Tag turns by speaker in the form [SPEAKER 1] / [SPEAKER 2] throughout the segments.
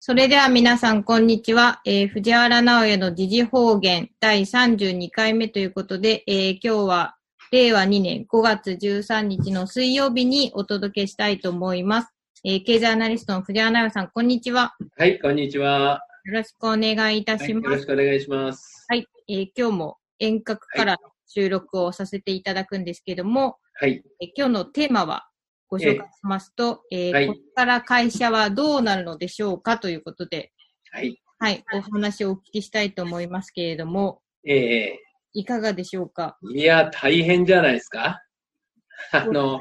[SPEAKER 1] それでは皆さん、こんにちは。えー藤原直也の時事方言第32回目ということで、えー今日は令和2年5月13日の水曜日にお届けしたいと思います。えー経済アナリストの藤原直也さん、こんにちは。
[SPEAKER 2] はい、こんにちは。
[SPEAKER 1] よろしくお願いいた
[SPEAKER 2] は
[SPEAKER 1] し
[SPEAKER 2] い、よ
[SPEAKER 1] ます
[SPEAKER 2] ろ。しくお願いします。
[SPEAKER 1] はい、えー今日も遠隔からの収録をさせていただくんですけども、
[SPEAKER 2] はい、
[SPEAKER 1] えー今日のテーマはご紹介しますと、えー
[SPEAKER 2] はい
[SPEAKER 1] これから会社はどうなるのでしょうかということで、
[SPEAKER 2] はい、
[SPEAKER 1] はい、お話をお聞きしたいと思いますけれども、
[SPEAKER 2] ええ
[SPEAKER 1] いかがでしょうか。
[SPEAKER 2] いや、大変じゃないですか。あの、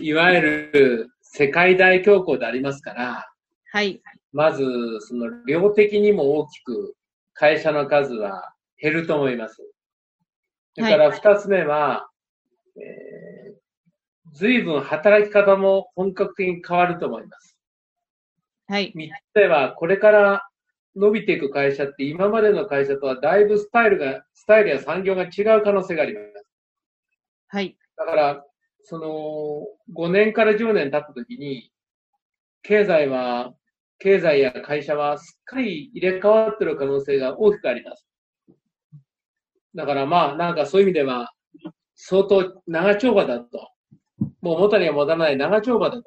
[SPEAKER 2] いわゆる世界大恐慌でありますから、
[SPEAKER 1] はい、
[SPEAKER 2] まず、その量的にも大きく会社の数は減ると思います。それから二つ目は、えー、随分働き方も本格的に変わると思います。
[SPEAKER 1] はい、
[SPEAKER 2] 三つ目は、これから伸びていく会社って、今までの会社とはだいぶスタイルが、スタイルや産業が違う可能性があります。
[SPEAKER 1] はい、
[SPEAKER 2] だから、その、5年から10年経った時に、経済は、経済や会社はすっかり入れ替わってる可能性が大きくあります。だからまあ、なんかそういう意味では、相当長丁場だと。もう元には戻らない長丁場だと。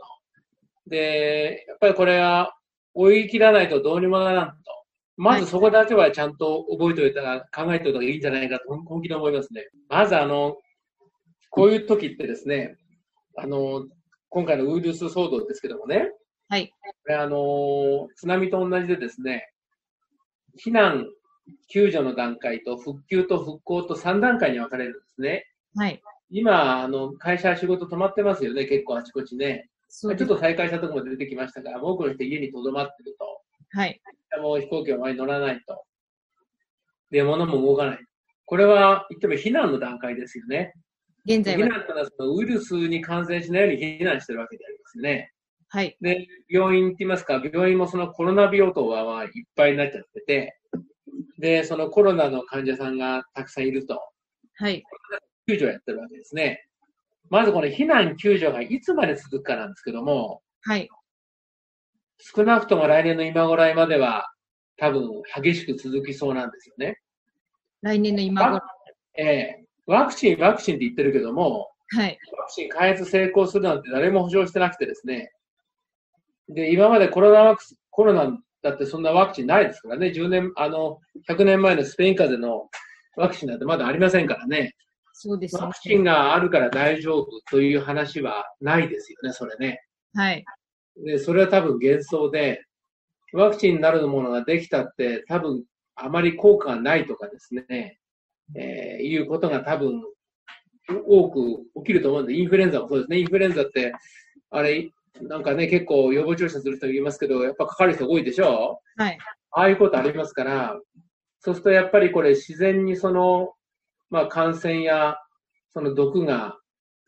[SPEAKER 2] で、やっぱりこれは追い切らないとどうにもならんと。まずそこだけはちゃんと覚えておいたら、考えておいた方がいいんじゃないかと本本気で思いますね。まずあの、こういう時ってですね、あの、今回のウイルス騒動ですけどもね、
[SPEAKER 1] はい、
[SPEAKER 2] これあの、津波と同じでですね、避難、救助の段階と復旧と復興と3段階に分かれるんですね。
[SPEAKER 1] はい、
[SPEAKER 2] 今、あの、会社仕事止まってますよね、結構あちこちね。
[SPEAKER 1] そう
[SPEAKER 2] ちょ
[SPEAKER 1] です。
[SPEAKER 2] っと再開したところも出てきましたから、多くの人家に留まってる
[SPEAKER 1] はい、
[SPEAKER 2] と、もう飛行機は前に乗らないと。で、物も動かない。これは、言っても避難の段階ですよね。
[SPEAKER 1] 現在
[SPEAKER 2] 避難
[SPEAKER 1] は、
[SPEAKER 2] というのはそのウイルスに感染しないように避難してるわけでありますね。
[SPEAKER 1] はい、
[SPEAKER 2] で、病院って言いますか、病院もそのコロナ病棟はまあいっぱいになっちゃってて、で、そのコロナの患者さんがたくさんいると、
[SPEAKER 1] はい、
[SPEAKER 2] 救助をやってるわけですね。まずこの避難救助がいつまで続くかなんですけども、
[SPEAKER 1] はい、
[SPEAKER 2] 少なくとも来年の今ぐらいまでは、多分激しく続きそうなんですよね。
[SPEAKER 1] 来年の今頃。
[SPEAKER 2] ええワクチン、ワクチンって言ってるけども、
[SPEAKER 1] はい、
[SPEAKER 2] ワクチン開発成功するなんて誰も保証してなくてですね。で、今までコロナワクチン、コロナだってそんなワクチンないですからね。10年、あの、100年前のスペイン風邪のワクチンなんてまだありませんからね。
[SPEAKER 1] そうです
[SPEAKER 2] ワ
[SPEAKER 1] ね
[SPEAKER 2] ク。チンがあるから大丈夫という話はないですよね、それね。
[SPEAKER 1] はい、
[SPEAKER 2] で、それは多分幻想で、ワクチンになるものができたって、多分あまり効果がないとかですね、えーいうことが多分多く起きると思うんで、インフルエンザもそうですね。インフルエンザって、あれ、なんかね、結構予防注射する人もいますけど、やっぱかかる人多いでしょ
[SPEAKER 1] はい、
[SPEAKER 2] ああいうことありますから、そうするとやっぱりこれ自然にその、まあ感染やその毒が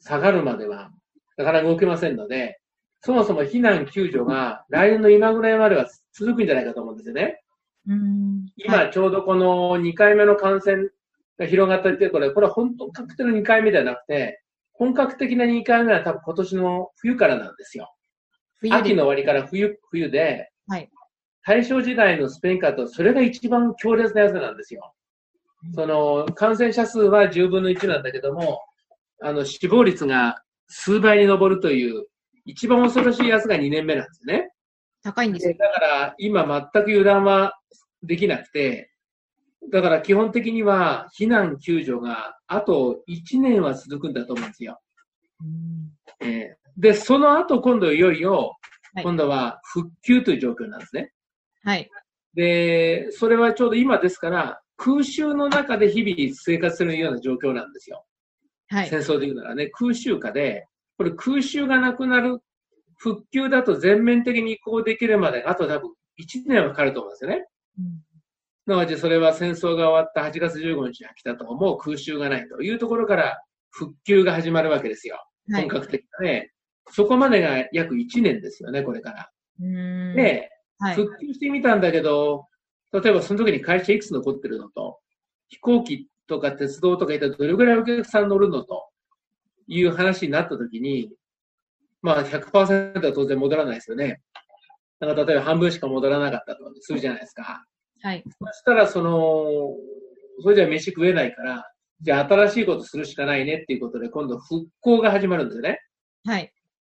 [SPEAKER 2] 下がるまでは、なかなか動けませんので、そもそも避難救助が来年の今ぐらいまでは続くんじゃないかと思うんですよね。
[SPEAKER 1] うーん、はい、
[SPEAKER 2] 今ちょうどこの2回目の感染が広がったって、これ、これは本当確定の2回目ではなくて、本格的な2回目は多分今年の冬からなんですよ。
[SPEAKER 1] 冬
[SPEAKER 2] 秋
[SPEAKER 1] で、
[SPEAKER 2] の終わりから冬、冬で、
[SPEAKER 1] はい、
[SPEAKER 2] 大正時代のスペイン化とそれが一番強烈なやつなんですよ。その感染者数は10分の1なんだけども、あの死亡率が数倍に上るという、一番恐ろしいやつが2年目なんですよね。
[SPEAKER 1] 高いんです
[SPEAKER 2] で
[SPEAKER 1] よ。
[SPEAKER 2] だから今全く油断はできなくて、だから基本的には避難救助があと1年は続くんだと思うんですよ。
[SPEAKER 1] うーん
[SPEAKER 2] えーで、その後今度いよいよ
[SPEAKER 1] は、い
[SPEAKER 2] 今度は復旧という状況なんですね。
[SPEAKER 1] はい、
[SPEAKER 2] で、それはちょうど今ですから、空襲の中で日々生活するような状況なんですよ。
[SPEAKER 1] はい、
[SPEAKER 2] 戦争で言うならね、空襲下で、これ空襲がなくなる、復旧だと全面的に移行できるまで、あと多分1年はかかると思うんですよね。
[SPEAKER 1] うん
[SPEAKER 2] なので、それは戦争が終わった8月15日に来たと、もう空襲がないというところから復旧が始まるわけですよ。
[SPEAKER 1] は
[SPEAKER 2] 本
[SPEAKER 1] い、
[SPEAKER 2] 格的なね。そこまでが約1年ですよね、これから。
[SPEAKER 1] うーん
[SPEAKER 2] で、
[SPEAKER 1] はい、
[SPEAKER 2] 復旧してみたんだけど、例えばその時に会社いくつ残ってるのと、飛行機とか鉄道とかいったらどれぐらいお客さん乗るのという話になった時に、まあ100%は当然戻らないですよね。なんか例えば半分しか戻らなかったとかするじゃないですか。
[SPEAKER 1] はい。
[SPEAKER 2] そしたら、その、それじゃ飯食えないから、じゃあ新しいことするしかないねっていうことで、今度復興が始まるんですよね。
[SPEAKER 1] はい。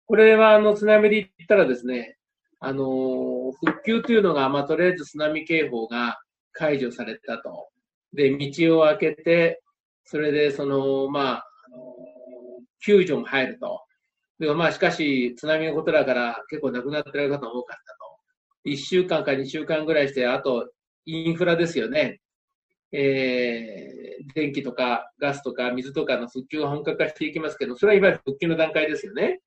[SPEAKER 2] これは、あの、津波で言ったらですね、あのー復旧というのが、まあ、とりあえず津波警報が解除されたと。で、道を開けて、それで、その、まあ、あのー救助も入ると。でまあ、しかし、津波のことだから、結構亡くなってる方も多かったと。1週間か2週間ぐらいして、あと、インフラですよね。えー、電気とかガスとか水とかの復旧が本格化していきますけど、それはいわゆる復旧の段階ですよね。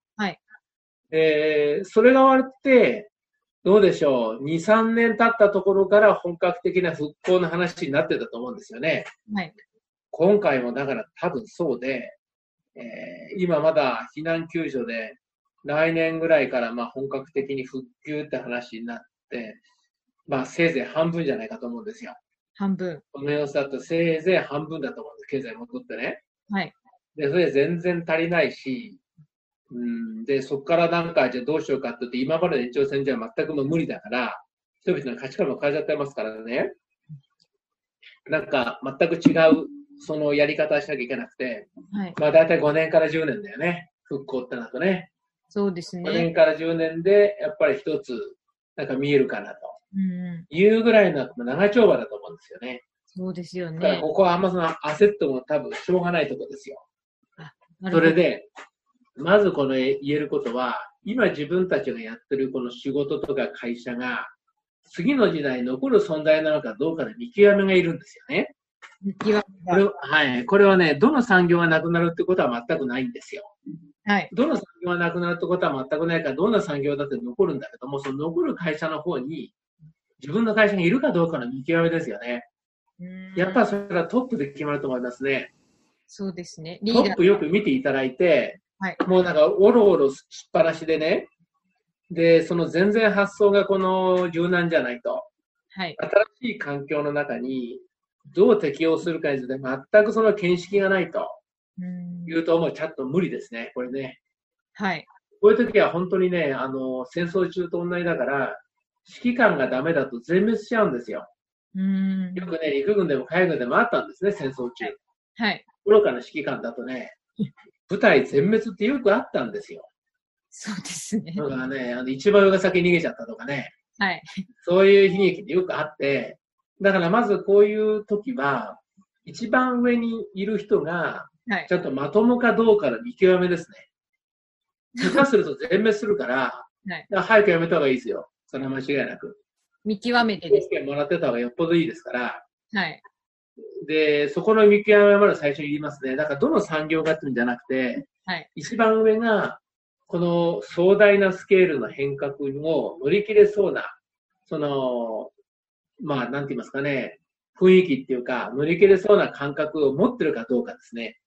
[SPEAKER 2] えーそれが終わって、どうでしょう、2、3年経ったところから本格的な復興の話になってたと思うんですよね。
[SPEAKER 1] はい。
[SPEAKER 2] 今回もだから多分そうで、えー今まだ避難救助で、来年ぐらいからまあ本格的に復旧って話になって、まあせいぜい半分じゃないかと思うんですよ。
[SPEAKER 1] 半分。
[SPEAKER 2] この様子だとせいぜい半分だと思うんです、経済戻ってね。
[SPEAKER 1] はい。
[SPEAKER 2] で、それ全然足りないし、うん、で、そこからなんか、じゃあどうしようかって言って、今までの延長戦じゃ全くもう無理だから、人々の価値観も変えちゃってますからね。なんか、全く違う、そのやり方をしなきゃいけなくて、
[SPEAKER 1] はい。
[SPEAKER 2] まあ大体5年から10年だよね。復興ってなるとね。
[SPEAKER 1] そうです
[SPEAKER 2] 5年
[SPEAKER 1] ね。
[SPEAKER 2] から10年で、やっぱり一つ、なんか見えるかなと
[SPEAKER 1] うんうん。
[SPEAKER 2] いうぐらいの長丁場だと思うんですよね。
[SPEAKER 1] そうですよ
[SPEAKER 2] だから
[SPEAKER 1] ね。
[SPEAKER 2] ここはあんまその焦っても多分しょうがないとこですよ。
[SPEAKER 1] なるほ
[SPEAKER 2] そ
[SPEAKER 1] ど
[SPEAKER 2] れ。で、まずこの言えることは、今自分たちがやってるこの仕事とか会社が、次の時代に残る存在なのかどうかで見極めがいるんですよね。
[SPEAKER 1] 見極め
[SPEAKER 2] こ
[SPEAKER 1] が
[SPEAKER 2] れはい、これはね、どの産業がなくなるってことは全くないんですよ。
[SPEAKER 1] はい。
[SPEAKER 2] どの産業がなくなるってことは全くないから、どんな産業だって残るんだけども、その残る会社の方に、自分の会社がいるかどうかの見極めですよね。
[SPEAKER 1] うん
[SPEAKER 2] やっぱそれはトップで決まると思いますね。
[SPEAKER 1] そうですね。リー
[SPEAKER 2] ト
[SPEAKER 1] ダ
[SPEAKER 2] ッ
[SPEAKER 1] ー。
[SPEAKER 2] プよく見ていただいて、
[SPEAKER 1] はい
[SPEAKER 2] もうなんかおろおろしっぱなしでね、で、その全然発想がこの柔軟じゃないと、
[SPEAKER 1] はい。
[SPEAKER 2] 新しい環境の中にどう適応するかについて全くその見識がないと
[SPEAKER 1] うん
[SPEAKER 2] いうともうちょっと無理ですね、これね。
[SPEAKER 1] はい。
[SPEAKER 2] こういう時は本当にね、あの、戦争中と同じだから、指揮官がダメだと全滅しちゃうんですよ。
[SPEAKER 1] うん
[SPEAKER 2] よくね、陸軍でも海軍でもあったんですね、戦争中。
[SPEAKER 1] はい。
[SPEAKER 2] 愚かな指揮官だとね、部隊全滅ってよくあったんですよ。
[SPEAKER 1] そうです ね。
[SPEAKER 2] だからね、あの一番上が先に逃げちゃったとかね、
[SPEAKER 1] はい。
[SPEAKER 2] そういう悲劇ってよくあって、だからまずこういう時は、一番上にいる人が、
[SPEAKER 1] はい
[SPEAKER 2] ち。ゃんとまともかどうかの見極めですね。下手すると全滅するから、
[SPEAKER 1] い
[SPEAKER 2] だから早くやめた方がいいですよ。それは間違いなく。
[SPEAKER 1] 見極めてで
[SPEAKER 2] 保
[SPEAKER 1] す。
[SPEAKER 2] 険もらってた方がよっぽどいいですから、
[SPEAKER 1] はい。
[SPEAKER 2] で、そこの見極めまで最初に言いますね。だからどの産業かっていうんじゃなくて、
[SPEAKER 1] はい
[SPEAKER 2] 一番上が、この壮大なスケールの変革を乗り切れそうな、その、まあ、なんて言いますかね、雰囲気っていうか、乗り切れそうな感覚を持ってるかどうかですね。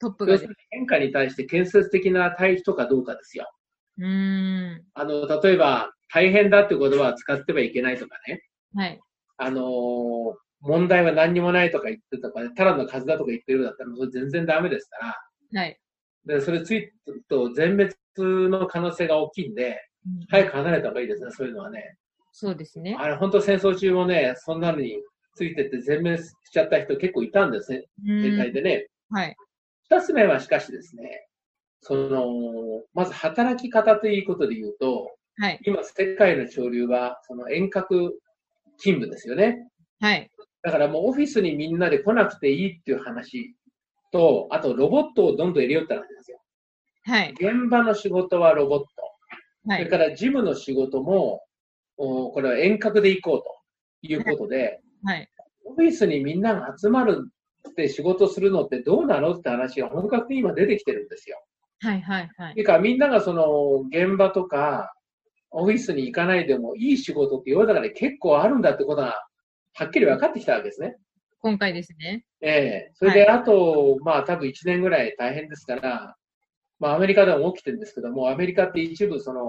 [SPEAKER 1] トップ
[SPEAKER 2] 要
[SPEAKER 1] が
[SPEAKER 2] す
[SPEAKER 1] で
[SPEAKER 2] る
[SPEAKER 1] す。
[SPEAKER 2] に変化に対して建設的な対比とかどうかですよ。
[SPEAKER 1] うーん。
[SPEAKER 2] あの、例えば、大変だって言葉は使ってはいけないとかね。
[SPEAKER 1] はい。
[SPEAKER 2] あのー問題は何にもないとか言ってたから、ただの数だとか言ってるようだったら、それ全然ダメですか
[SPEAKER 1] はい。
[SPEAKER 2] ら、でそれついと全滅の可能性が大きいんで、
[SPEAKER 1] うん
[SPEAKER 2] 早く離れた方がいいですね、そういうのはね。
[SPEAKER 1] そうですね。
[SPEAKER 2] あれ、本当戦争中もね、そんなのについてって全滅しちゃった人結構いたんですね、
[SPEAKER 1] う
[SPEAKER 2] 全体
[SPEAKER 1] ん。
[SPEAKER 2] でね。
[SPEAKER 1] はい。
[SPEAKER 2] 二つ目はしかしですね、その、まず働き方ということで言うと、
[SPEAKER 1] はい。
[SPEAKER 2] 今世界の潮流は、その遠隔勤務ですよね。
[SPEAKER 1] はい。
[SPEAKER 2] だからもうオフィスにみんなで来なくていいっていう話と、あとロボットをどんどん入れようって話なんですよ。
[SPEAKER 1] はい。
[SPEAKER 2] 現場の仕事はロボット。
[SPEAKER 1] は
[SPEAKER 2] それ
[SPEAKER 1] い。
[SPEAKER 2] から事務の仕事も、おこれは遠隔で行こうということで、
[SPEAKER 1] はい。
[SPEAKER 2] オフィスにみんなが集まるって仕事するのってどうなのって話が本格的に今出てきてるんですよ。
[SPEAKER 1] はい。はい。はい。
[SPEAKER 2] ていうかみんながその現場とかオフィスに行かないでもいい仕事って世の中で結構あるんだってことがはっきり分かってきたわけですね。
[SPEAKER 1] 今回ですね。
[SPEAKER 2] ええそれで、あと、まあ、多分1年ぐらい大変ですから、まあ、アメリカでも起きてるんですけども、アメリカって一部、その、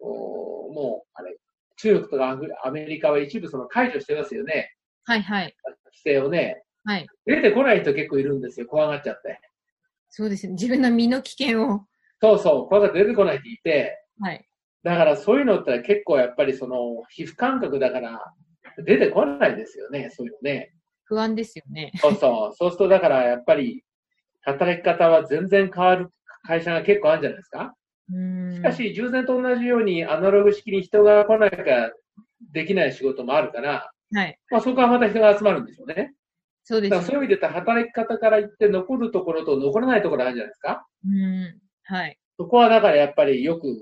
[SPEAKER 2] おもう、あれ、中国とかアフリアメリカは一部、その、解除してますよね。
[SPEAKER 1] はい。はい。
[SPEAKER 2] 規制をね。
[SPEAKER 1] はい。
[SPEAKER 2] 出てこない人結構いるんですよ。怖がっちゃって。
[SPEAKER 1] そうですね。自分の身の危険を。
[SPEAKER 2] そうそう、怖がって出てこないっていて、
[SPEAKER 1] はい。
[SPEAKER 2] だからそういうのって結構やっぱりその皮膚感覚だから出てこないですよね、そういうのね。
[SPEAKER 1] 不安ですよね。
[SPEAKER 2] そうそう。そうするとだからやっぱり働き方は全然変わる会社が結構あるんじゃないですか。
[SPEAKER 1] うん
[SPEAKER 2] しかし従前と同じようにアナログ式に人が来ないからできない仕事もあるから、
[SPEAKER 1] はい。
[SPEAKER 2] まあそこはまた人が集まるんでしょうね。
[SPEAKER 1] そうで
[SPEAKER 2] だから
[SPEAKER 1] す
[SPEAKER 2] そう
[SPEAKER 1] ね。
[SPEAKER 2] いう意味で言ったら働き方から言って残るところと残らないところあるんじゃないですか。
[SPEAKER 1] うん。はい。
[SPEAKER 2] そこはだからやっぱりよく、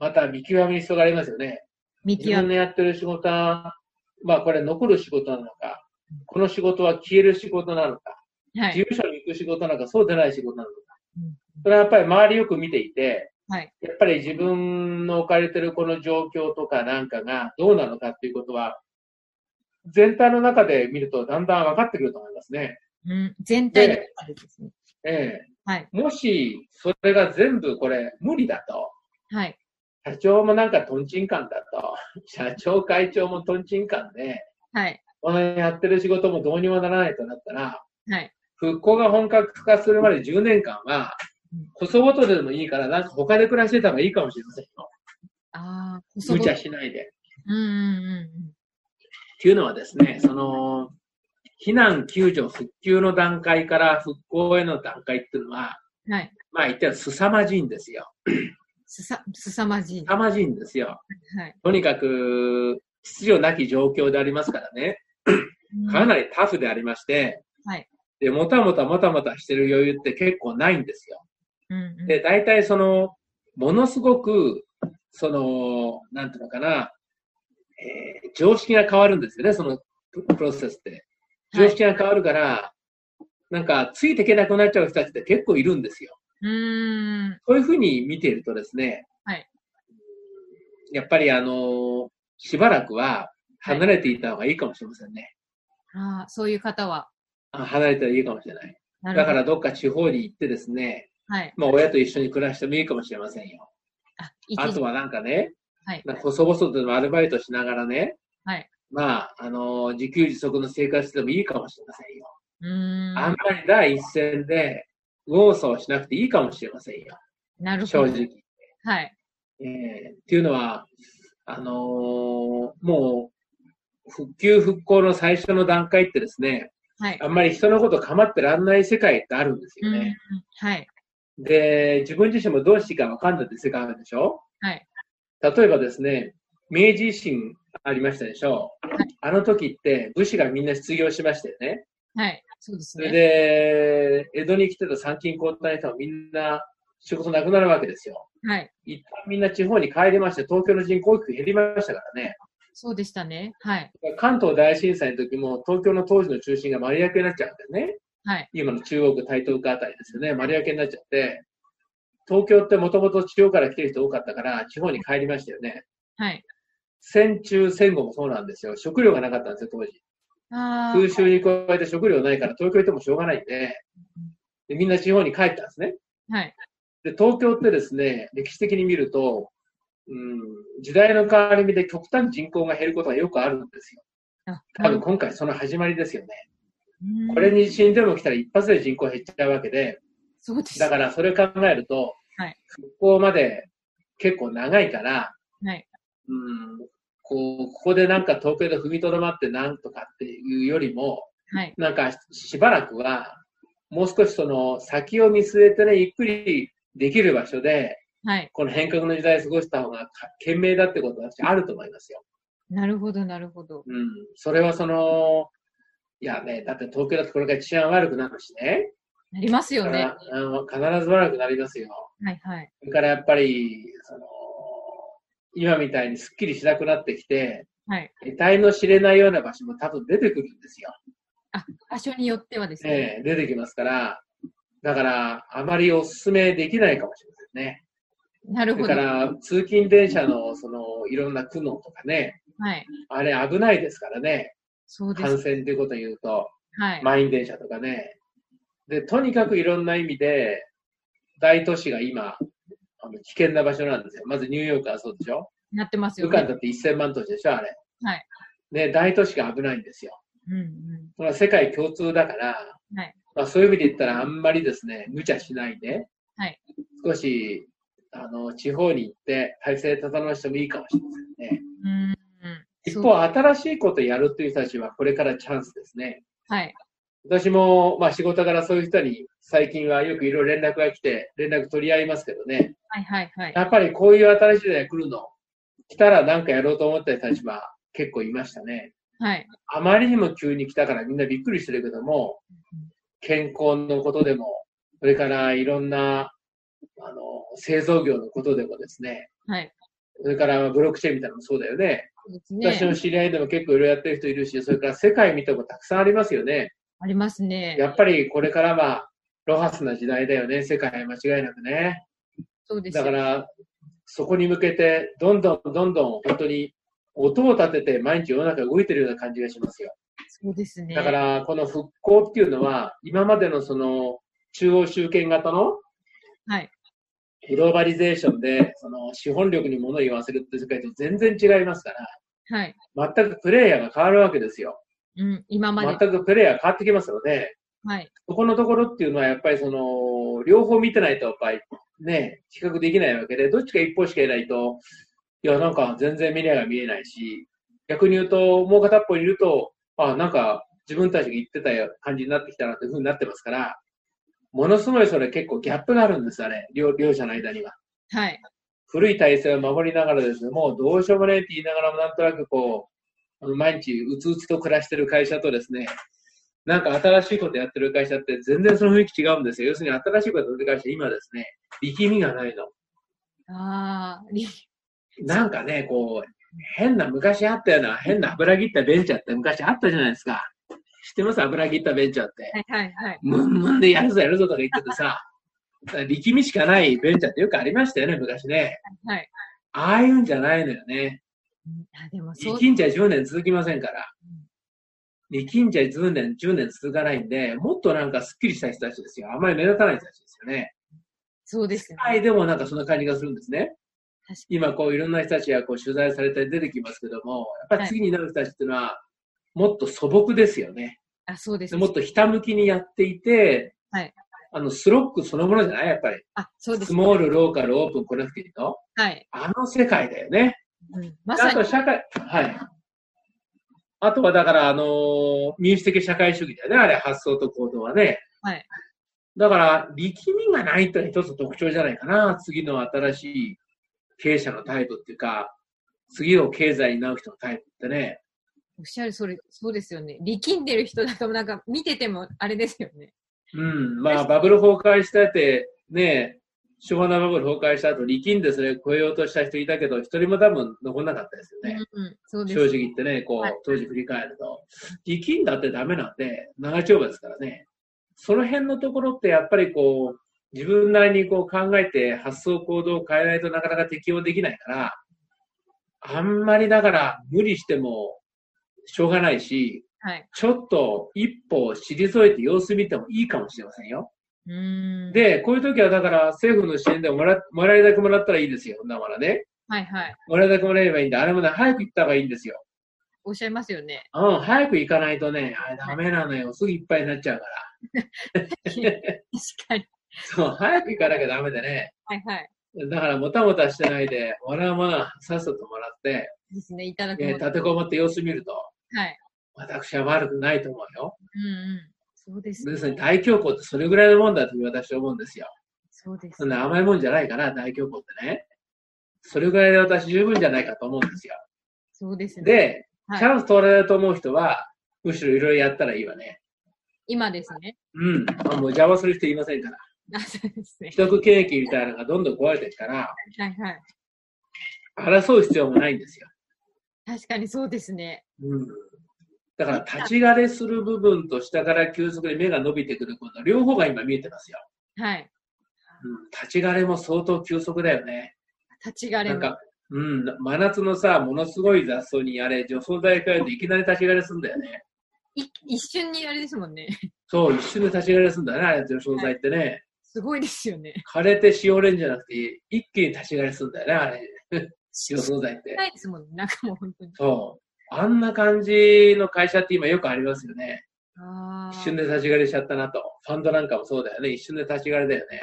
[SPEAKER 2] また見極めに人がありますよね。
[SPEAKER 1] 見
[SPEAKER 2] 自
[SPEAKER 1] 極
[SPEAKER 2] 分
[SPEAKER 1] め。
[SPEAKER 2] のやってる仕事は、まあこれ残る仕事なのか、この仕事は消える仕事なのか、
[SPEAKER 1] はい。
[SPEAKER 2] 事務所に行く仕事なのか、そうでない仕事なのか
[SPEAKER 1] うん。
[SPEAKER 2] それはやっぱり周りよく見ていて、
[SPEAKER 1] はい
[SPEAKER 2] やっぱり自分の置かれてるこの状況とかなんかがどうなのかっていうことは、全体の中で見るとだんだん分かってくると思いますね。
[SPEAKER 1] うん、全体で
[SPEAKER 2] で
[SPEAKER 1] あれですね。
[SPEAKER 2] ええ
[SPEAKER 1] はい。
[SPEAKER 2] もし、それが全部これ無理だと。
[SPEAKER 1] はい。
[SPEAKER 2] 社長もなんかトンチンカンだと。 社長、会長もトンチンカンで、
[SPEAKER 1] はい。
[SPEAKER 2] このやってる仕事もどうにもならないとなったら、
[SPEAKER 1] はい。
[SPEAKER 2] 復興が本格化するまで10年間は
[SPEAKER 1] うん、
[SPEAKER 2] 細々でもいいから、なんか他で暮らしてた方がいいかもしれませんよ。
[SPEAKER 1] ああ、細
[SPEAKER 2] 無
[SPEAKER 1] 々
[SPEAKER 2] 茶しないで。
[SPEAKER 1] うんうんうん
[SPEAKER 2] っていうのはですね、その、避難、救助、復旧の段階から復興への段階っていうのは、
[SPEAKER 1] うん。はい。
[SPEAKER 2] まあ言ったら凄まじいんですよ。
[SPEAKER 1] すさ、すさまじい。は
[SPEAKER 2] 凄まじいんですよ。
[SPEAKER 1] い。
[SPEAKER 2] とにかく、秩序なき状況でありますからね。かなりタフでありまして、
[SPEAKER 1] はい
[SPEAKER 2] で、もたもたもたもたしてる余裕って結構ないんですよ。
[SPEAKER 1] うんうん
[SPEAKER 2] で、大体その、ものすごく、その、なんていうのかな、えー常識が変わるんですよね、そのププロセスって。
[SPEAKER 1] は
[SPEAKER 2] 常
[SPEAKER 1] い
[SPEAKER 2] 識が変わるから、なんか、ついていけなくなっちゃう人たちって結構いるんですよ。
[SPEAKER 1] うーん。
[SPEAKER 2] そういうふうに見ているとですね、
[SPEAKER 1] はい
[SPEAKER 2] やっぱりあの、しばらくは離れていた方がいいかもしれませんね。
[SPEAKER 1] ああ、そういう方は。
[SPEAKER 2] あ離れたらいいかもしれない。
[SPEAKER 1] なる
[SPEAKER 2] だ
[SPEAKER 1] ほ
[SPEAKER 2] か
[SPEAKER 1] ど。
[SPEAKER 2] らどっか地方に行ってですね、
[SPEAKER 1] はい。
[SPEAKER 2] まあ親と一緒に暮らしてもいいかもしれませんよ。
[SPEAKER 1] あ、一
[SPEAKER 2] あ
[SPEAKER 1] 時
[SPEAKER 2] とはなんかね、
[SPEAKER 1] はい。
[SPEAKER 2] なんか細々とでもアルバイトしながらね、
[SPEAKER 1] はい
[SPEAKER 2] まあ、あのー自給自足の生活でもいいかもしれませんよ。
[SPEAKER 1] うーん。
[SPEAKER 2] あんまり第一線で右往左往しなくていいかもしれませんよ。
[SPEAKER 1] なる
[SPEAKER 2] 正
[SPEAKER 1] ほど。
[SPEAKER 2] 直。
[SPEAKER 1] はい。
[SPEAKER 2] えーっていうのは、あのーもう、復旧復興の最初の段階ってですね、
[SPEAKER 1] はい。
[SPEAKER 2] あんまり人のこと構ってらんない世界ってあるんです
[SPEAKER 1] う
[SPEAKER 2] よ
[SPEAKER 1] ん
[SPEAKER 2] ね。
[SPEAKER 1] うん。はい。
[SPEAKER 2] で、自分自身もどうしていいか分かんないって世界あるでしょ
[SPEAKER 1] はい。
[SPEAKER 2] 例えばですね、明治維新ありましたでしょ
[SPEAKER 1] は
[SPEAKER 2] あの時って武士がみんな失業しましたよね。
[SPEAKER 1] はい。そうです
[SPEAKER 2] それ
[SPEAKER 1] ね。
[SPEAKER 2] で、江戸に来てた参勤交代の人はみんな仕事なくなるわけですよ。
[SPEAKER 1] はい。
[SPEAKER 2] 一旦みんな地方に帰りまして、東京の人口大きく減りましたからね。
[SPEAKER 1] そうでしたね。はい。
[SPEAKER 2] 関東大震災の時も東京の当時の中心が丸焼けになっちゃうんだよね。
[SPEAKER 1] はい。
[SPEAKER 2] 今の中央区台東区あたりですよね、丸焼けになっちゃって、東京ってもともと地方から来てる人多かったから、地方に帰りましたよね。
[SPEAKER 1] はい。
[SPEAKER 2] 戦中戦後もそうなんですよ。食料がなかったんですよ、当時。
[SPEAKER 1] ああ。
[SPEAKER 2] 空襲に加えて食料ないから東京行ってもしょうがないんで、でみんな地方に帰ったんですね。
[SPEAKER 1] はい。
[SPEAKER 2] で、東京ってですね、歴史的に見ると、うん、時代の変わり目で極端に人口が減ることがよくあるんですよ。
[SPEAKER 1] あ
[SPEAKER 2] 多分今回その始まりですよね。
[SPEAKER 1] うん
[SPEAKER 2] これに死んでも来たら一発で人口減っちゃうわけで、
[SPEAKER 1] そうです。
[SPEAKER 2] だからそれを考えると、
[SPEAKER 1] はい
[SPEAKER 2] 復興まで結構長いから、
[SPEAKER 1] はい。
[SPEAKER 2] うん、こう、ここでなんか東京で踏みとどまってなんとかっていうよりも、
[SPEAKER 1] はい。
[SPEAKER 2] なんかしばらくは、もう少しその先を見据えてね、ゆっくりできる場所で、
[SPEAKER 1] はい。
[SPEAKER 2] この変革の時代を過ごした方が賢明だってことは私あると思いますよ。
[SPEAKER 1] なるほど、なるほど。
[SPEAKER 2] うん。それはその、いやね、だって東京だってこれから治安悪くなるしね。
[SPEAKER 1] なりますよね。
[SPEAKER 2] あの必ず悪くなりますよ。
[SPEAKER 1] はい。はい。
[SPEAKER 2] それからやっぱり、その、今みたいにスッキリしなくなってきて、
[SPEAKER 1] はい。
[SPEAKER 2] 得体の知れないような場所も多分出てくるんですよ。
[SPEAKER 1] 場所によってはですね。
[SPEAKER 2] ええ出てきますから、だから、あまりお勧めできないかもしれませんね。
[SPEAKER 1] なる
[SPEAKER 2] それ
[SPEAKER 1] ほ
[SPEAKER 2] か
[SPEAKER 1] ど。
[SPEAKER 2] ら、通勤電車の、その、いろんな苦悩とかね、
[SPEAKER 1] はい。
[SPEAKER 2] あれ危ないですからね、
[SPEAKER 1] そうで
[SPEAKER 2] 感
[SPEAKER 1] す。
[SPEAKER 2] 染ということを言うと、
[SPEAKER 1] はい。
[SPEAKER 2] 満員電車とかね。で、とにかくいろんな意味で、大都市が今、あの危険な場所なんですよ。まずニューヨークはそうでしょ
[SPEAKER 1] なってます
[SPEAKER 2] 武
[SPEAKER 1] よ
[SPEAKER 2] 漢
[SPEAKER 1] ね。
[SPEAKER 2] だって1000万都市でしょあれ。
[SPEAKER 1] はい。
[SPEAKER 2] ね、大都市が危ないんですよ。
[SPEAKER 1] うんうん。
[SPEAKER 2] これは世界共通だから、
[SPEAKER 1] はい
[SPEAKER 2] まあ、そういう意味で言ったらあんまりですね、無茶しないで、
[SPEAKER 1] はい
[SPEAKER 2] 少しあの、地方に行って体制整えしてもいいかもしれませんね。
[SPEAKER 1] うん。
[SPEAKER 2] 一
[SPEAKER 1] そう
[SPEAKER 2] 方、新しいことやるという人たちはこれからチャンスですね。
[SPEAKER 1] はい。
[SPEAKER 2] 私も、まあ仕事からそういう人に最近はよくいろいろ連絡が来て、連絡取り合いますけどね。
[SPEAKER 1] はいはいはい。
[SPEAKER 2] やっぱりこういう新しい時代が来るの、来たらなんかやろうと思った人たちは結構いましたね。
[SPEAKER 1] はい。
[SPEAKER 2] あまりにも急に来たからみんなびっくりしてるけども、健康のことでも、それからいろんな、あの、製造業のことでもですね、
[SPEAKER 1] はい。
[SPEAKER 2] それからブロックチェーンみたいなのもそうだよね。
[SPEAKER 1] そうで
[SPEAKER 2] 私
[SPEAKER 1] すね。
[SPEAKER 2] の知り合いでも結構いろいろやってる人いるし、それから世界見てもたくさんありますよね。
[SPEAKER 1] ありますね。
[SPEAKER 2] やっぱりこれからはロハスな時代だよね、世界間違いなくね。
[SPEAKER 1] そうです
[SPEAKER 2] だ
[SPEAKER 1] よ
[SPEAKER 2] か。ら、そこに向けて、どんどんどんどん本当に音を立てて毎日世の中動いてるような感じがしますよ。
[SPEAKER 1] そうですね。
[SPEAKER 2] だから、この復興っていうのは、今までのその中央集権型の
[SPEAKER 1] はい。
[SPEAKER 2] グローバリゼーションで、その資本力に物を言わせるって世界と全然違いますから、
[SPEAKER 1] はい。
[SPEAKER 2] 全くプレイヤーが変わるわけですよ。
[SPEAKER 1] うん。今まで。
[SPEAKER 2] 全くプレイヤー変わってきますよね。
[SPEAKER 1] はい。
[SPEAKER 2] そこのところっていうのはやっぱりその、両方見てないとやっぱりね、比較できないわけで、どっちか一方しかいないと、いやなんか全然未来が見えないし、逆に言うと、もう片っぽいると、あ、なんか自分たちが言ってた感じになってきたなというふうになってますから、ものすごいそれ結構ギャップがあるんですよね、両両者の間には。
[SPEAKER 1] はい。
[SPEAKER 2] 古い体制を守りながらですね、もうどうしようもねえって言いながらもなんとなくこう、あの毎日うつうつと暮らしてる会社とですね、なんか新しいことやってる会社って全然その雰囲気違うんですよ。要するに新しいことやってる会社、今ですね、力みがないの。
[SPEAKER 1] ああ、り
[SPEAKER 2] なんかね、こう、変な、昔あったような、変な油切ったベンチャーって昔あったじゃないですか。知ってます油切ったベンチャーって。
[SPEAKER 1] はいはいはい。
[SPEAKER 2] ムンムンでやるぞやるぞとか言っててさ、力みしかないベンチャーってよくありましたよね、昔ね。
[SPEAKER 1] はい。
[SPEAKER 2] ああいうんじゃないのよね。
[SPEAKER 1] うんあでもそう。
[SPEAKER 2] 力んじゃ10年続きませんから。力んじゃ10年、10年続かないんで、もっとなんかスッキリした人たちですよ。あまり目立たない人たちですよね。
[SPEAKER 1] そうですよね。
[SPEAKER 2] はい、でもなんかそんな感じがするんですね。
[SPEAKER 1] 確かに。
[SPEAKER 2] 今こういろんな人たちがこう取材されて出てきますけども、やっぱり次になる人たちっていうのは、もっと素朴ですよね。
[SPEAKER 1] あ、そうです。
[SPEAKER 2] もっとひたむきにやっていて、
[SPEAKER 1] はい
[SPEAKER 2] あの、スロックそのものじゃないやっぱり。
[SPEAKER 1] あ、そうです
[SPEAKER 2] ス。モール、ローカル、オープン、コネクティの。
[SPEAKER 1] はい。
[SPEAKER 2] あの世界だよね。
[SPEAKER 1] うんま
[SPEAKER 2] あ
[SPEAKER 1] さに
[SPEAKER 2] と、社会、はい。あとはだから、あのー民主的社会主義だよね、あれ、発想と行動はね。
[SPEAKER 1] はい。
[SPEAKER 2] だから、力みがないというのは一つ特徴じゃないかな、次の新しい経営者のタイプっていうか、次の経済になる人のタイプってね。
[SPEAKER 1] おっしゃるそれ、そうですよね。力んでる人だと、なんか見ててもあれですよね。
[SPEAKER 2] うん、まあ、バブル崩壊したって、ね、昭和のバブル崩壊した後、力んでそれ超えようとした人いたけど、一人も多分残んなかったですよね。
[SPEAKER 1] うんうん、そうです
[SPEAKER 2] 正。直言ってね、こ、
[SPEAKER 1] はいう
[SPEAKER 2] 当時振り返ると。力んだってダメなんで、長丁場ですからね。その辺のところってやっぱりこう、自分なりにこう考えて発想行動を変えないとなかなか適応できないから、あんまりだから無理してもしょうがないし、
[SPEAKER 1] はい。
[SPEAKER 2] ちょっと一歩退いて様子見てもいいかもしれませんよ。
[SPEAKER 1] うーん。、
[SPEAKER 2] で、こういう時はだから政府の支援でもらもらえるだけもらったらいいですよ。そんなものはね。
[SPEAKER 1] はいはい。
[SPEAKER 2] もらえるだけもらえればいいんで、あれもね、早く行った方がいいんですよ。
[SPEAKER 1] おっしゃいますよね。
[SPEAKER 2] うん、早く行かないとね、あダメなのよ。すぐいっぱいになっちゃうから。
[SPEAKER 1] 確かに。
[SPEAKER 2] そう、早く行かなきゃダメでね。
[SPEAKER 1] はいはい。
[SPEAKER 2] だから、もたもたしてないで、もらうものはさっさともらって、
[SPEAKER 1] ですね。いただく
[SPEAKER 2] え
[SPEAKER 1] もの。
[SPEAKER 2] ー立てこもって様子見ると、
[SPEAKER 1] はい。
[SPEAKER 2] 私は悪くないと思うよ。
[SPEAKER 1] うんうん。そうです
[SPEAKER 2] 要
[SPEAKER 1] ね。
[SPEAKER 2] するに大恐慌ってそれぐらいのもんだと私は思うんですよ。
[SPEAKER 1] そうです
[SPEAKER 2] そんな甘いもんじゃないから、大恐慌ってね。それぐらいで私十分じゃないかと思うんですよ。
[SPEAKER 1] そうですね。
[SPEAKER 2] で、
[SPEAKER 1] はい
[SPEAKER 2] チャンス取られると思う人は、むしろいろいろやったらいいわね。
[SPEAKER 1] 今ですね。
[SPEAKER 2] うん。あもう邪魔する人いませんから。
[SPEAKER 1] あ、そうですね。
[SPEAKER 2] 既得権益みたいなのがどんどん壊れてきたら、
[SPEAKER 1] はいはい。
[SPEAKER 2] 争う必要もないんですよ。
[SPEAKER 1] 確かにそうですね。
[SPEAKER 2] うん、だから立ち枯れする部分と下から急速に目が伸びてくること両方が今見えてますよ。
[SPEAKER 1] はい。
[SPEAKER 2] うん、立ち枯れも相当急速だよね。
[SPEAKER 1] 立ち枯れ
[SPEAKER 2] なん
[SPEAKER 1] も。
[SPEAKER 2] か、うん、真夏のさ、ものすごい雑草にあれ、除草剤変えるといきなり立ち枯れするんだよね。
[SPEAKER 1] い一瞬にあれですもんね。
[SPEAKER 2] そう、一瞬で立ち枯れするんだね、あれ除草剤ってね。
[SPEAKER 1] すごいですよね。
[SPEAKER 2] 枯れてしおれんじゃなくて、一気に立ち枯れするんだよね、あれ、 除草剤って。
[SPEAKER 1] ないですもんね。なんかもう本当に。
[SPEAKER 2] そう。あんな感じの会社って今よくありますよね。
[SPEAKER 1] ああ。
[SPEAKER 2] 一瞬で立ち枯れしちゃったなと。ファンドなんかもそうだよね。一瞬で立ち枯れだよね。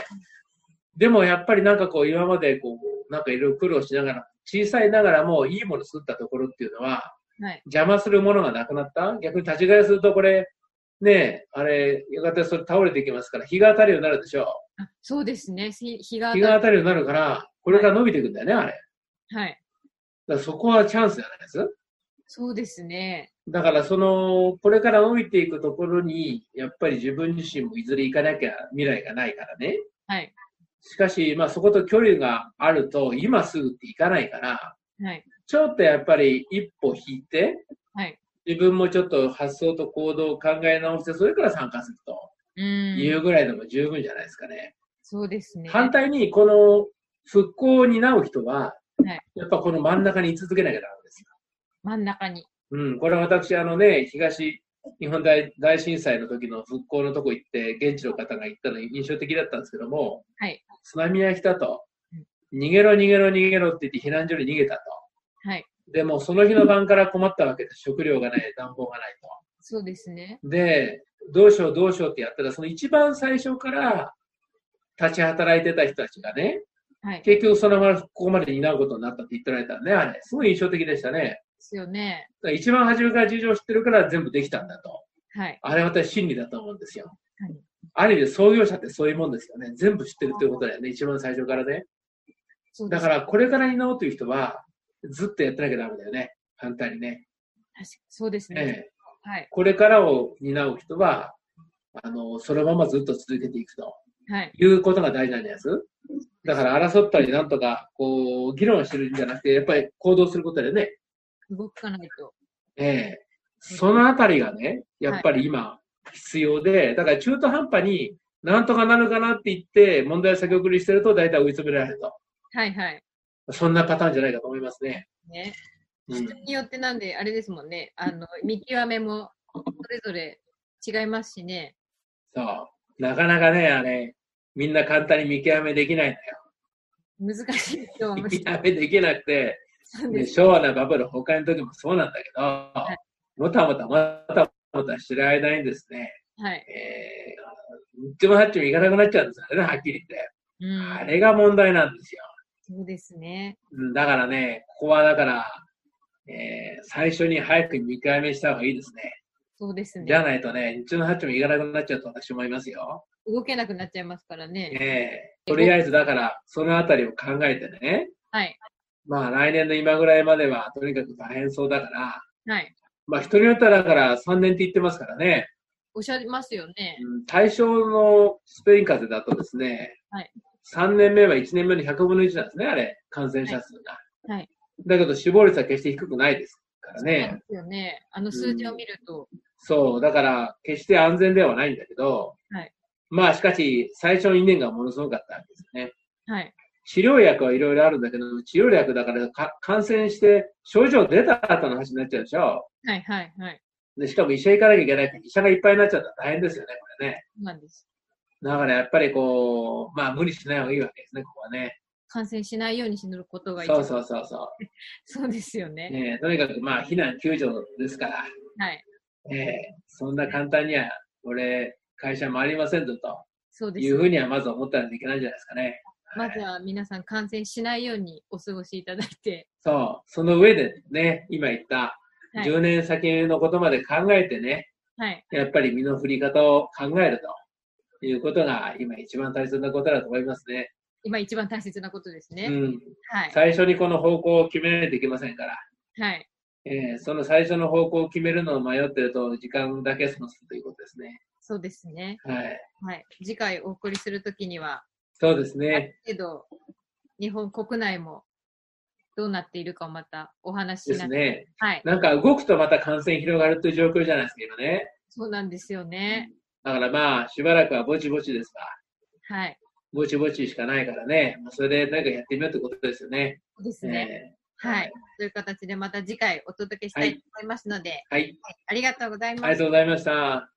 [SPEAKER 2] でもやっぱりなんかこう今までこう、なんかいろいろ苦労しながら、小さいながらもいいもの作ったところっていうのは、
[SPEAKER 1] はい。
[SPEAKER 2] 邪魔するものがなくなった逆に立ち返りするとこれ、ねえ、あれ、やがてそれ倒れていきますから、日が当たるようになるでしょ
[SPEAKER 1] あそうですね。日日が
[SPEAKER 2] う。
[SPEAKER 1] 当
[SPEAKER 2] 日
[SPEAKER 1] た
[SPEAKER 2] が
[SPEAKER 1] る。
[SPEAKER 2] 当たるようになるから、これから伸びていくんだよね、あれ。だか
[SPEAKER 1] はい。
[SPEAKER 2] らそこはチャンスじゃないです
[SPEAKER 1] そうですね。
[SPEAKER 2] だからその、これから伸びていくところに、やっぱり自分自身もいずれ行かなきゃ未来がないからね。
[SPEAKER 1] はい。
[SPEAKER 2] しかし、まあそこと距離があると、今すぐって行かないから、
[SPEAKER 1] はい。
[SPEAKER 2] ちょっとやっぱり一歩引いて、
[SPEAKER 1] はい。
[SPEAKER 2] 自分もちょっと発想と行動を考え直して、それから参加すると
[SPEAKER 1] う
[SPEAKER 2] い
[SPEAKER 1] ん。
[SPEAKER 2] うぐらいでも十分じゃないですかね。
[SPEAKER 1] そうですね。
[SPEAKER 2] 反対に、この復興を担う人は
[SPEAKER 1] はい、
[SPEAKER 2] やっぱこの真ん中に居続けなきゃダメですよ。
[SPEAKER 1] 真ん中に。
[SPEAKER 2] うん、これは私、あのね、東日本大大震災の時の復興のとこ行って、現地の方が行ったの印象的だったんですけども、
[SPEAKER 1] はい
[SPEAKER 2] 津波が来たと、逃げろ逃げろ逃げろって言って避難所に逃げたと。
[SPEAKER 1] はい。
[SPEAKER 2] でも、その日の晩から困ったわけです。食料がない、暖房がない
[SPEAKER 1] そうですね。
[SPEAKER 2] と。で、どうしようどうしようってやったら、その一番最初から立ち働いてた人たちがね、
[SPEAKER 1] はい。で
[SPEAKER 2] 結局そのままここまで担うことになったって言ってられたね、あれ。すごい印象的でしたね。
[SPEAKER 1] すよね。
[SPEAKER 2] だから一番初めから事情を知ってるから全部できたんだと。
[SPEAKER 1] はい。
[SPEAKER 2] あれは私真理だと思うんですよ
[SPEAKER 1] はい。
[SPEAKER 2] ある意味創業者ってそういうもんですよね。全部知ってるということだよね。一番最初からね。
[SPEAKER 1] そうで
[SPEAKER 2] だ
[SPEAKER 1] す。
[SPEAKER 2] か
[SPEAKER 1] 確から
[SPEAKER 2] これから担おうという人は、ずっとやってなきゃダメだよね。反対にね。
[SPEAKER 1] にそうです
[SPEAKER 2] え
[SPEAKER 1] ね。
[SPEAKER 2] え
[SPEAKER 1] はい。
[SPEAKER 2] これからを担う人は、あの、そのままずっと続けていくと
[SPEAKER 1] はい。
[SPEAKER 2] いうことが大事なんです。だから争ったりなんとか、こう、議論してるんじゃなくて、やっぱり行動することでね、
[SPEAKER 1] 動かないと。
[SPEAKER 2] ええそのあたりがね、やっぱり今必要で、だから中途半端になんとかなるかなって言って問題を先送りしてると大体追い詰められると。
[SPEAKER 1] はいはい。
[SPEAKER 2] そんなパターンじゃないかと思いますね。
[SPEAKER 1] ね。
[SPEAKER 2] うん
[SPEAKER 1] 人によってなんで、あれですもんね。あの、見極めもそれぞれ違いますしね。
[SPEAKER 2] そう。なかなかね、あれ、みんな簡単に見極めできないんだよ。
[SPEAKER 1] 難しいと思
[SPEAKER 2] 見
[SPEAKER 1] うし
[SPEAKER 2] 極めできなくて、
[SPEAKER 1] たん
[SPEAKER 2] ね
[SPEAKER 1] です。
[SPEAKER 2] 昭和なバブル崩壊の時もそうなんだけど、
[SPEAKER 1] い
[SPEAKER 2] もたもたもたもたしてる間にですね、
[SPEAKER 1] はい。
[SPEAKER 2] ええ一番八丁もいかなくなっちゃうんですよね、はっきり言って。
[SPEAKER 1] うん。
[SPEAKER 2] あれが問題なんですよ。
[SPEAKER 1] そうですね。
[SPEAKER 2] うんだからね、ここはだから、えー最初に早く見回目した方がいいですね。
[SPEAKER 1] そうです
[SPEAKER 2] じゃ
[SPEAKER 1] ね。
[SPEAKER 2] ないとね、日中の八丁もいかなくなっちゃうと私思いますよ。
[SPEAKER 1] 動けなくなっちゃいますからね。
[SPEAKER 2] えーとりあえずだから、そのあたりを考えてね、
[SPEAKER 1] はい。
[SPEAKER 2] まあ来年の今ぐらいまではとにかく大変そうだから、
[SPEAKER 1] はい。
[SPEAKER 2] まあ人によってはだから3年って言ってますからね、
[SPEAKER 1] おっしゃいますよね。
[SPEAKER 2] うん対象のスペイン風邪だとですね、
[SPEAKER 1] はい
[SPEAKER 2] 3年目は1年目の100分の1なんですね、あれ、感染者数が。
[SPEAKER 1] はいはい
[SPEAKER 2] だけど死亡率は決して低くないですから
[SPEAKER 1] そう
[SPEAKER 2] ね。
[SPEAKER 1] なんですよね。あの数字を見ると。
[SPEAKER 2] そう、だから、決して安全ではないんだけど、
[SPEAKER 1] はい
[SPEAKER 2] まあ、しかし、最初の2年がものすごかったわけですね。
[SPEAKER 1] はい。
[SPEAKER 2] 治療薬はいろいろあるんだけど、治療薬だからか感染して症状出た後の話になっちゃうでしょ。
[SPEAKER 1] はいはいはい。
[SPEAKER 2] で、しかも医者行かなきゃいけないから、医者がいっぱいになっちゃったら大変ですよね、これね。
[SPEAKER 1] そうなんです。
[SPEAKER 2] だからやっぱりこう、まあ無理しない方がいいわけですね、ここはね。
[SPEAKER 1] 感染しないようにすることが一
[SPEAKER 2] そ
[SPEAKER 1] 番
[SPEAKER 2] うそうそうそ
[SPEAKER 1] そうですよ
[SPEAKER 2] う。
[SPEAKER 1] ね。
[SPEAKER 2] ねえとにかくまあ避難救助ですから、
[SPEAKER 1] はい。
[SPEAKER 2] ええそんな簡単には、俺、会社回りませんぞと
[SPEAKER 1] そうで
[SPEAKER 2] い
[SPEAKER 1] す
[SPEAKER 2] うふ
[SPEAKER 1] よ。
[SPEAKER 2] うにはまず思ったらいけないんじゃないですかね。
[SPEAKER 1] まずは皆さん感染しないようにお過ごしいただいて。
[SPEAKER 2] そう、その上でね、今言った、
[SPEAKER 1] はい
[SPEAKER 2] 10年先のことまで考えてね、
[SPEAKER 1] はい。
[SPEAKER 2] やっぱり身の振り方を考えるということが今一番大切なことだと思いますね。
[SPEAKER 1] 今一番大切なことですね。
[SPEAKER 2] うん、
[SPEAKER 1] はい。
[SPEAKER 2] 最初にこの方向を決めないといけませんから、
[SPEAKER 1] はい。
[SPEAKER 2] えーその最初の方向を決めるのを迷ってると時間だけ損するということですね。
[SPEAKER 1] そうですね。
[SPEAKER 2] はい。
[SPEAKER 1] はい。次回お送りするときには、
[SPEAKER 2] そうです
[SPEAKER 1] あ
[SPEAKER 2] ね。
[SPEAKER 1] る程度、日本国内もどうなっているかをまたお話し
[SPEAKER 2] で
[SPEAKER 1] しな
[SPEAKER 2] す
[SPEAKER 1] がら。
[SPEAKER 2] ね。
[SPEAKER 1] はい。
[SPEAKER 2] なんか動くとまた感染広がるという状況じゃないですか、今ね。
[SPEAKER 1] そうなんですよね。
[SPEAKER 2] だからまあ、しばらくはぼちぼちですが、
[SPEAKER 1] はい。
[SPEAKER 2] ぼちぼちしかないからね、まあそれでなんかやってみようってことですよね。
[SPEAKER 1] そうですね。
[SPEAKER 2] えー
[SPEAKER 1] はい。という形でまた次回お届けしたいと思いますので、
[SPEAKER 2] はい、
[SPEAKER 1] ありがとうござい
[SPEAKER 2] あ
[SPEAKER 1] ま
[SPEAKER 2] り
[SPEAKER 1] す
[SPEAKER 2] が。とうございました。